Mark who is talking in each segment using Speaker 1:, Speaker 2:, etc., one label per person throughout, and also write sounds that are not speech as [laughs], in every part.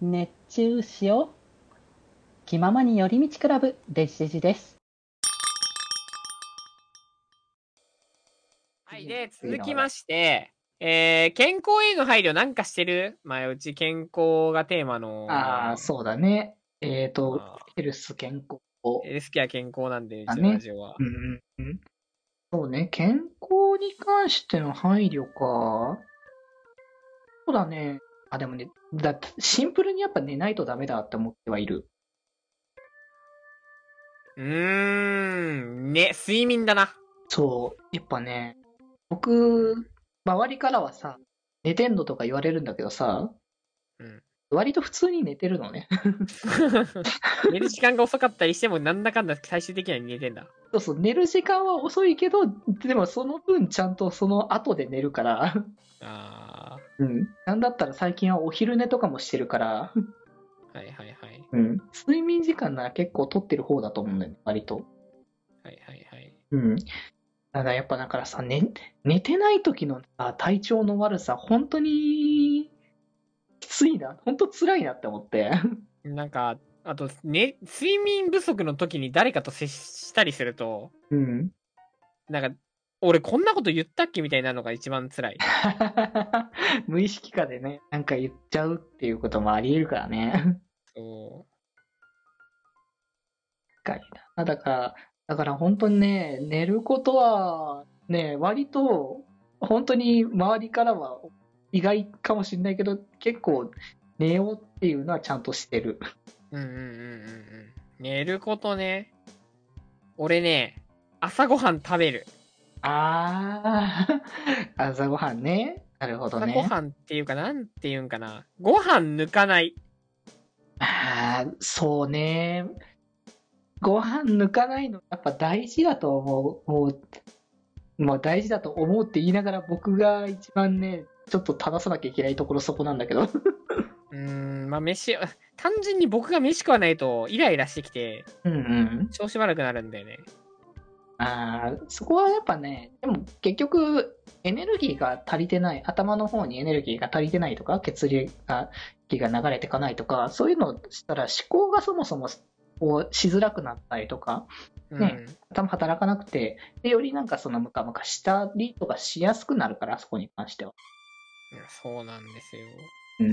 Speaker 1: 熱中しよう気ままに寄り道クラブデジデジです
Speaker 2: はい、で、続きまして、えー、健康への配慮なんかしてる前うち健康がテーマの、
Speaker 3: ああ、そうだね。えっ、と
Speaker 2: あ、
Speaker 3: ヘルス健康を。
Speaker 2: エスキア健康なんで、う
Speaker 3: だ
Speaker 2: ち
Speaker 3: ね
Speaker 2: のラジオは。
Speaker 3: うんうんうん。そうね、健康に関しての配慮か。そうだね。あ、でもね、だシンプルにやっぱ寝ないとダメだって思ってはいる。
Speaker 2: うーん、ね、睡眠だな。
Speaker 3: そう、やっぱね、僕、周りからはさ、寝てんのとか言われるんだけどさ、
Speaker 2: うん
Speaker 3: 割と普通に寝てるのね。 [laughs]
Speaker 2: 寝る時間が遅かったりしても、なんだかんだ最終的には寝てんだ。
Speaker 3: そうそう、寝る時間は遅いけど、でもその分ちゃんとその後で寝るから、
Speaker 2: あ
Speaker 3: うん。なんだったら最近はお昼寝とかもしてるから、
Speaker 2: ー、はいはいはい。
Speaker 3: うん。睡眠時間なら結構取ってる方だと思うんだよね、割と。
Speaker 2: はいはいはい。
Speaker 3: うん。ただやっぱだからさ、寝、寝てない時のさ、体調の悪さ、本当に、きついな。本当辛いなって思って。
Speaker 2: なんか、あと、ね、睡眠不足の時に誰かと接したりすると、
Speaker 3: うん。
Speaker 2: なんか、俺こんなこと言ったっけみたいなのが一番辛い。
Speaker 3: [laughs] 無意識下でね、なんか言っちゃうっていうこともあり得るからね。
Speaker 2: そう
Speaker 3: 確かにな。だから、だから本当にね、寝ることは、ね、割と、本当に周りからは意外かもしれないけど、結構寝ようっていうのはちゃんとしてる。
Speaker 2: うんうんうんうんうん。寝ることね。俺ね、朝ごはん食べる。
Speaker 3: あー、 [laughs] 朝ごはんね。なるほど
Speaker 2: 朝
Speaker 3: ね。
Speaker 2: ごはんっていうか、なんていうんかな。ご飯抜かない。
Speaker 3: あー、そうね。ご飯抜かないの、やっぱ大事だと思う。もう、もう大事だと思うって言いながら僕が一番ね、ちょっと正さなきゃいけないところそこなんだけど。
Speaker 2: うーん、まあ飯、 [laughs] 単純に僕が飯食わないとイライラしてきて、
Speaker 3: うんうん。
Speaker 2: 調子悪くなるんだよね。
Speaker 3: あーそこはやっぱね、でも結局、エネルギーが足りてない、頭の方にエネルギーが足りてないとか、血流が気が流れていかないとか、そういうのをしたら思考がそもそもこうしづらくなったりとか、
Speaker 2: うん。
Speaker 3: ね頭働かなくて、でよりなんかそのムカムカしたりとかしやすくなるから、そこに関しては。
Speaker 2: いやそうなんですよ。
Speaker 3: うん。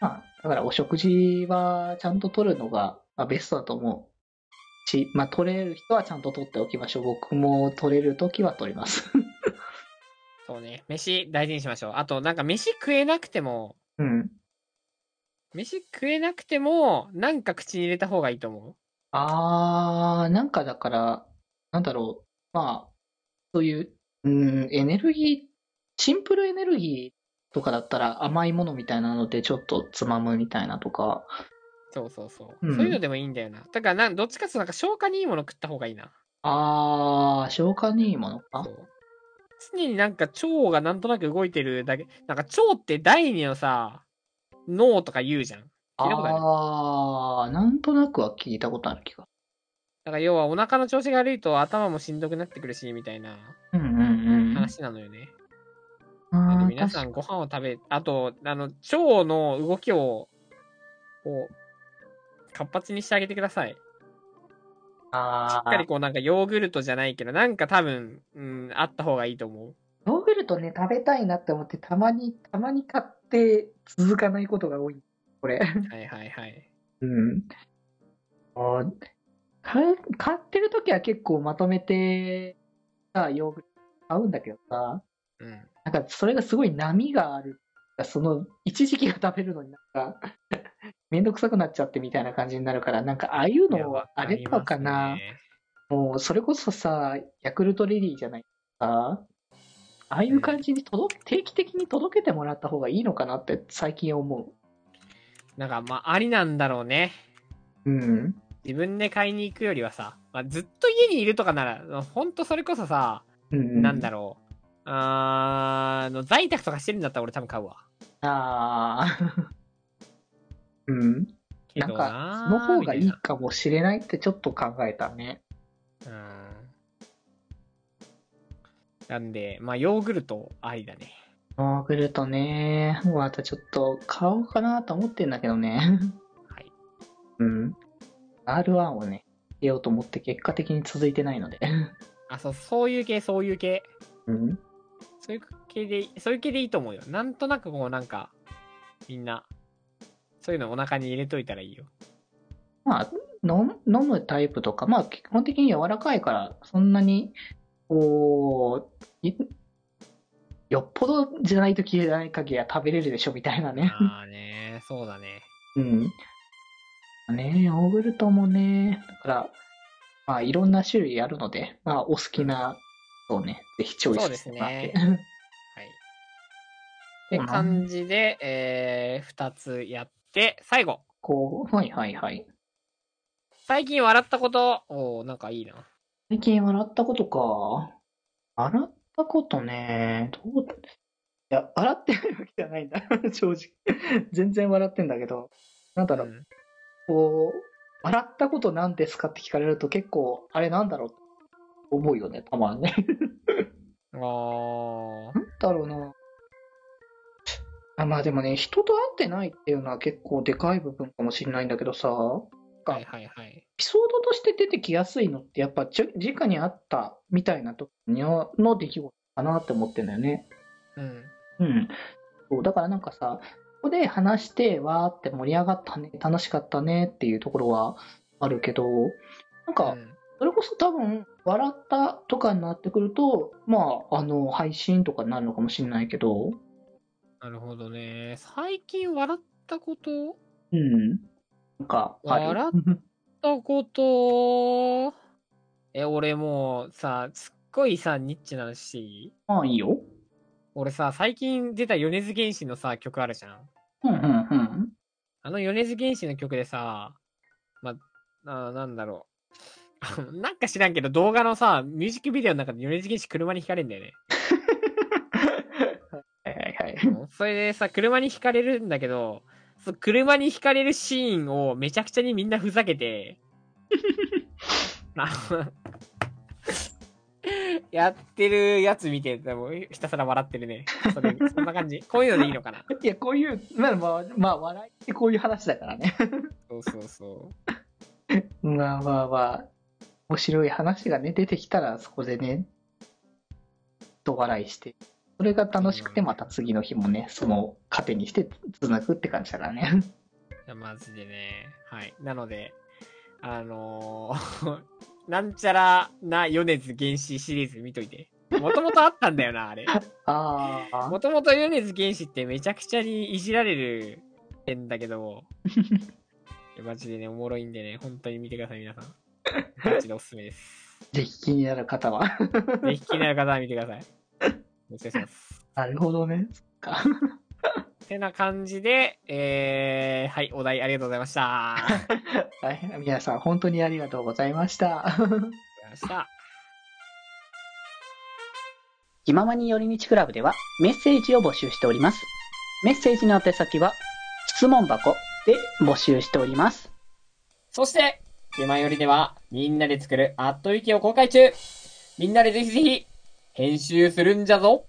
Speaker 3: まあ、だからお食事はちゃんと取るのが、まあ、ベストだと思うし、まあ取れる人はちゃんと取っておきましょう。僕も取れるときは取り
Speaker 2: [laughs]
Speaker 3: ます。
Speaker 2: そうね。飯大事にしましょう。あと、なんか飯食えなくても、
Speaker 3: うん。
Speaker 2: 飯食えなくても、なんか口に入れた方がいいと思う。
Speaker 3: あー、なんかだから、なんだろう。まあ、そういう、うん、エネルギー、シンプルエネルギーとかだったら甘いものみたいなのでちょっとつまむみたいなとか。
Speaker 2: そうそうそう。
Speaker 3: うん
Speaker 2: そういうのでもいいんだよな。だからなん、どっちかっていうとなんか消化にいいもの食った方がいいな。
Speaker 3: あー、消化にいいものか
Speaker 2: そ。う常になんか腸がなんとなく動いてるだけ。なんか腸って第二のさ、脳とか言うじゃん。聞いたことある。
Speaker 3: あー、なんとなくは聞いたことある気が。
Speaker 2: だから要はお腹の調子が悪いと頭もしんどくなってくるし、みたいな
Speaker 3: うんうんうん。
Speaker 2: 話なのよね。
Speaker 3: あ
Speaker 2: なんで
Speaker 3: ー
Speaker 2: 皆さ
Speaker 3: 確
Speaker 2: んご飯を食べ、あと、あの、腸の動きを、こう、活発にしてあげてください。し
Speaker 3: か
Speaker 2: っかりこうなんかヨーグルトじゃないけど、なんか多分、うん、あった方がいいと思う。
Speaker 3: ヨーグルトね、食べたいなって思って、たまに、たまに買って続かないことが多い。これ。
Speaker 2: はいはいはい。
Speaker 3: うん。あーか買ってる時は結構まとめてさ、ヨーグルト買うんだけどさ、
Speaker 2: うん。
Speaker 3: なんかそれがすごい波がある。その一時期が食べるのになん
Speaker 2: [laughs]
Speaker 3: か、めんどくさくなっちゃってみたいな感じになるから、なんかああいう
Speaker 2: いや
Speaker 3: の
Speaker 2: わ
Speaker 3: あれ
Speaker 2: り
Speaker 3: と
Speaker 2: ます
Speaker 3: かな、
Speaker 2: ね
Speaker 3: もうそれこそさ、ヤクルトレディじゃないか。ああいう感じに届け、定期的に届けてもらった方がいいのかなって最近思
Speaker 2: なんかまあありなんだろうね。
Speaker 3: う。うん。
Speaker 2: 自分で買いに行くよりはさ、まあ、ずっと家にいるとかなら、ほんとそれこそさ、
Speaker 3: うん、
Speaker 2: なんだ
Speaker 3: ろ
Speaker 2: ろう。あーあの、在宅とかしてるんだったら俺多分買うわ。
Speaker 3: う。ああ。 [laughs] うん。
Speaker 2: け
Speaker 3: な
Speaker 2: ど
Speaker 3: んか、
Speaker 2: な
Speaker 3: その方がいい
Speaker 2: み
Speaker 3: かもしれないってちょっと考えたね。
Speaker 2: たいなうん。なんで、まあヨーグルトありだね。
Speaker 3: ヨーグルトね。またちょっと買おうかなと思ってんだけどね。
Speaker 2: はい。
Speaker 3: [laughs] うん。R1 をね、入れようと思って結果的に続いてないので。
Speaker 2: あ、そう、そういう系、そういう系。
Speaker 3: うん。
Speaker 2: そういう系でいい、そういう系でいいと思うよ。なんとなくこう、なんか、みんな、そういうのお腹に入れといたらいいよ。
Speaker 3: まあ、飲む飲むタイプとか、まあ基本的に柔らかいから、そんなに、こう、いよっぽどじゃないと消えない限りは食べれるでしょみたいなね。
Speaker 2: ああね、そうだね。
Speaker 3: うん。ねヨーグルトもね、だから、まあいろんな種類あるので、まあお好きな、そうね、ぜひチョイスしてもらって。
Speaker 2: そう
Speaker 3: [laughs]
Speaker 2: はい。
Speaker 3: そう
Speaker 2: って
Speaker 3: な
Speaker 2: 感じで、えー、2つやって、最後。
Speaker 3: こう、はいはいはい。
Speaker 2: 最近笑ったこと、おーなんかいいな。
Speaker 3: 最近笑ったことか。笑ったことね、どう、いや、笑ってないわけじゃないんだ、 [laughs] 正直。全然笑ってんだけど、なんだろう、
Speaker 2: ん
Speaker 3: こう、笑ったことなんですかって聞かれると結構、あれなんだろう、思うよね、たまにね。
Speaker 2: あー
Speaker 3: なんだろうな。あまあでもね、人と会ってないっていうのは結構でかい部分かもしれないんだけどさ、か
Speaker 2: はいはいはい。
Speaker 3: エピソードとして出てきやすいのって、やっぱちょ、直にあったみたいな時のの出来事かなって思ってんだよね。
Speaker 2: うん。
Speaker 3: うん。そう、だからなんかさ、ここで話して、わーって盛り上がったね、楽しかったねっていうところはあるけど、なんか、
Speaker 2: うん
Speaker 3: それこそ多分、笑ったとかになってくると、まあ、あの、配信とかになるのかもしれないけど、
Speaker 2: なるほどね。最近笑ったこと
Speaker 3: うん。なんか、ある
Speaker 2: 笑っったこと、え、俺もうさ、すっごいさ、ニッチな話していい
Speaker 3: [laughs] まあいいよ。
Speaker 2: 俺さ、最近出た米津玄師のさ、曲あるじゃん。
Speaker 3: うんうんうん。
Speaker 2: あの米津玄師の曲でさ、ま、あなんだろうあ [laughs] の。なんか知らんけど、動画のさ、ミュージックビデオの中で米津玄師車にひかれんだよね。
Speaker 3: はいはいはい。
Speaker 2: それでさ、車にひかれるんだけど、その車にひかれるシーンをめちゃくちゃにみんなふざけて、あの [laughs] やってるやつ見て、でもひたすら笑ってるね。それそんな感じ。こういうのでいいのかな。
Speaker 3: [laughs] いや、こういう、まあまあ、まあ、笑いってこういう話だからね。 [laughs]
Speaker 2: そうそうそ
Speaker 3: まあまあまあ、面白い話がね、出てきたらそこでね、と笑いして。それが楽しくて、また次の日もね、その糧にしてつなぐって感じだからね。
Speaker 2: う。いやマジでね。はい。なので、あのー [laughs] なんちゃらな米津玄師シリーズ見といて。もともとあったんだよな、あれ。
Speaker 3: ああ、
Speaker 2: もともと米津玄師ってめちゃくちゃにいじられるんだけど、いやマジでね、おもろいんでね、本当に見てください、皆さん。マジでおすすめです。
Speaker 3: [laughs] ぜひ気になる方は。 [laughs]
Speaker 2: ぜひ気になる方は見てください。お願いします。
Speaker 3: なるほどね。そっか。
Speaker 2: てな感じで、えー、はい、お題ありがとうございました。ありがとう
Speaker 3: はい、皆さん本当にありがとうございました。
Speaker 2: ございました。
Speaker 1: 気ままに寄り道クラブではメッセージを募集しております。メッセージの宛先は質問箱で募集しております。
Speaker 2: そして、気まよりでは、みんなで作るあっという間を公開中みんなでぜひぜひ、編集するんじゃぞ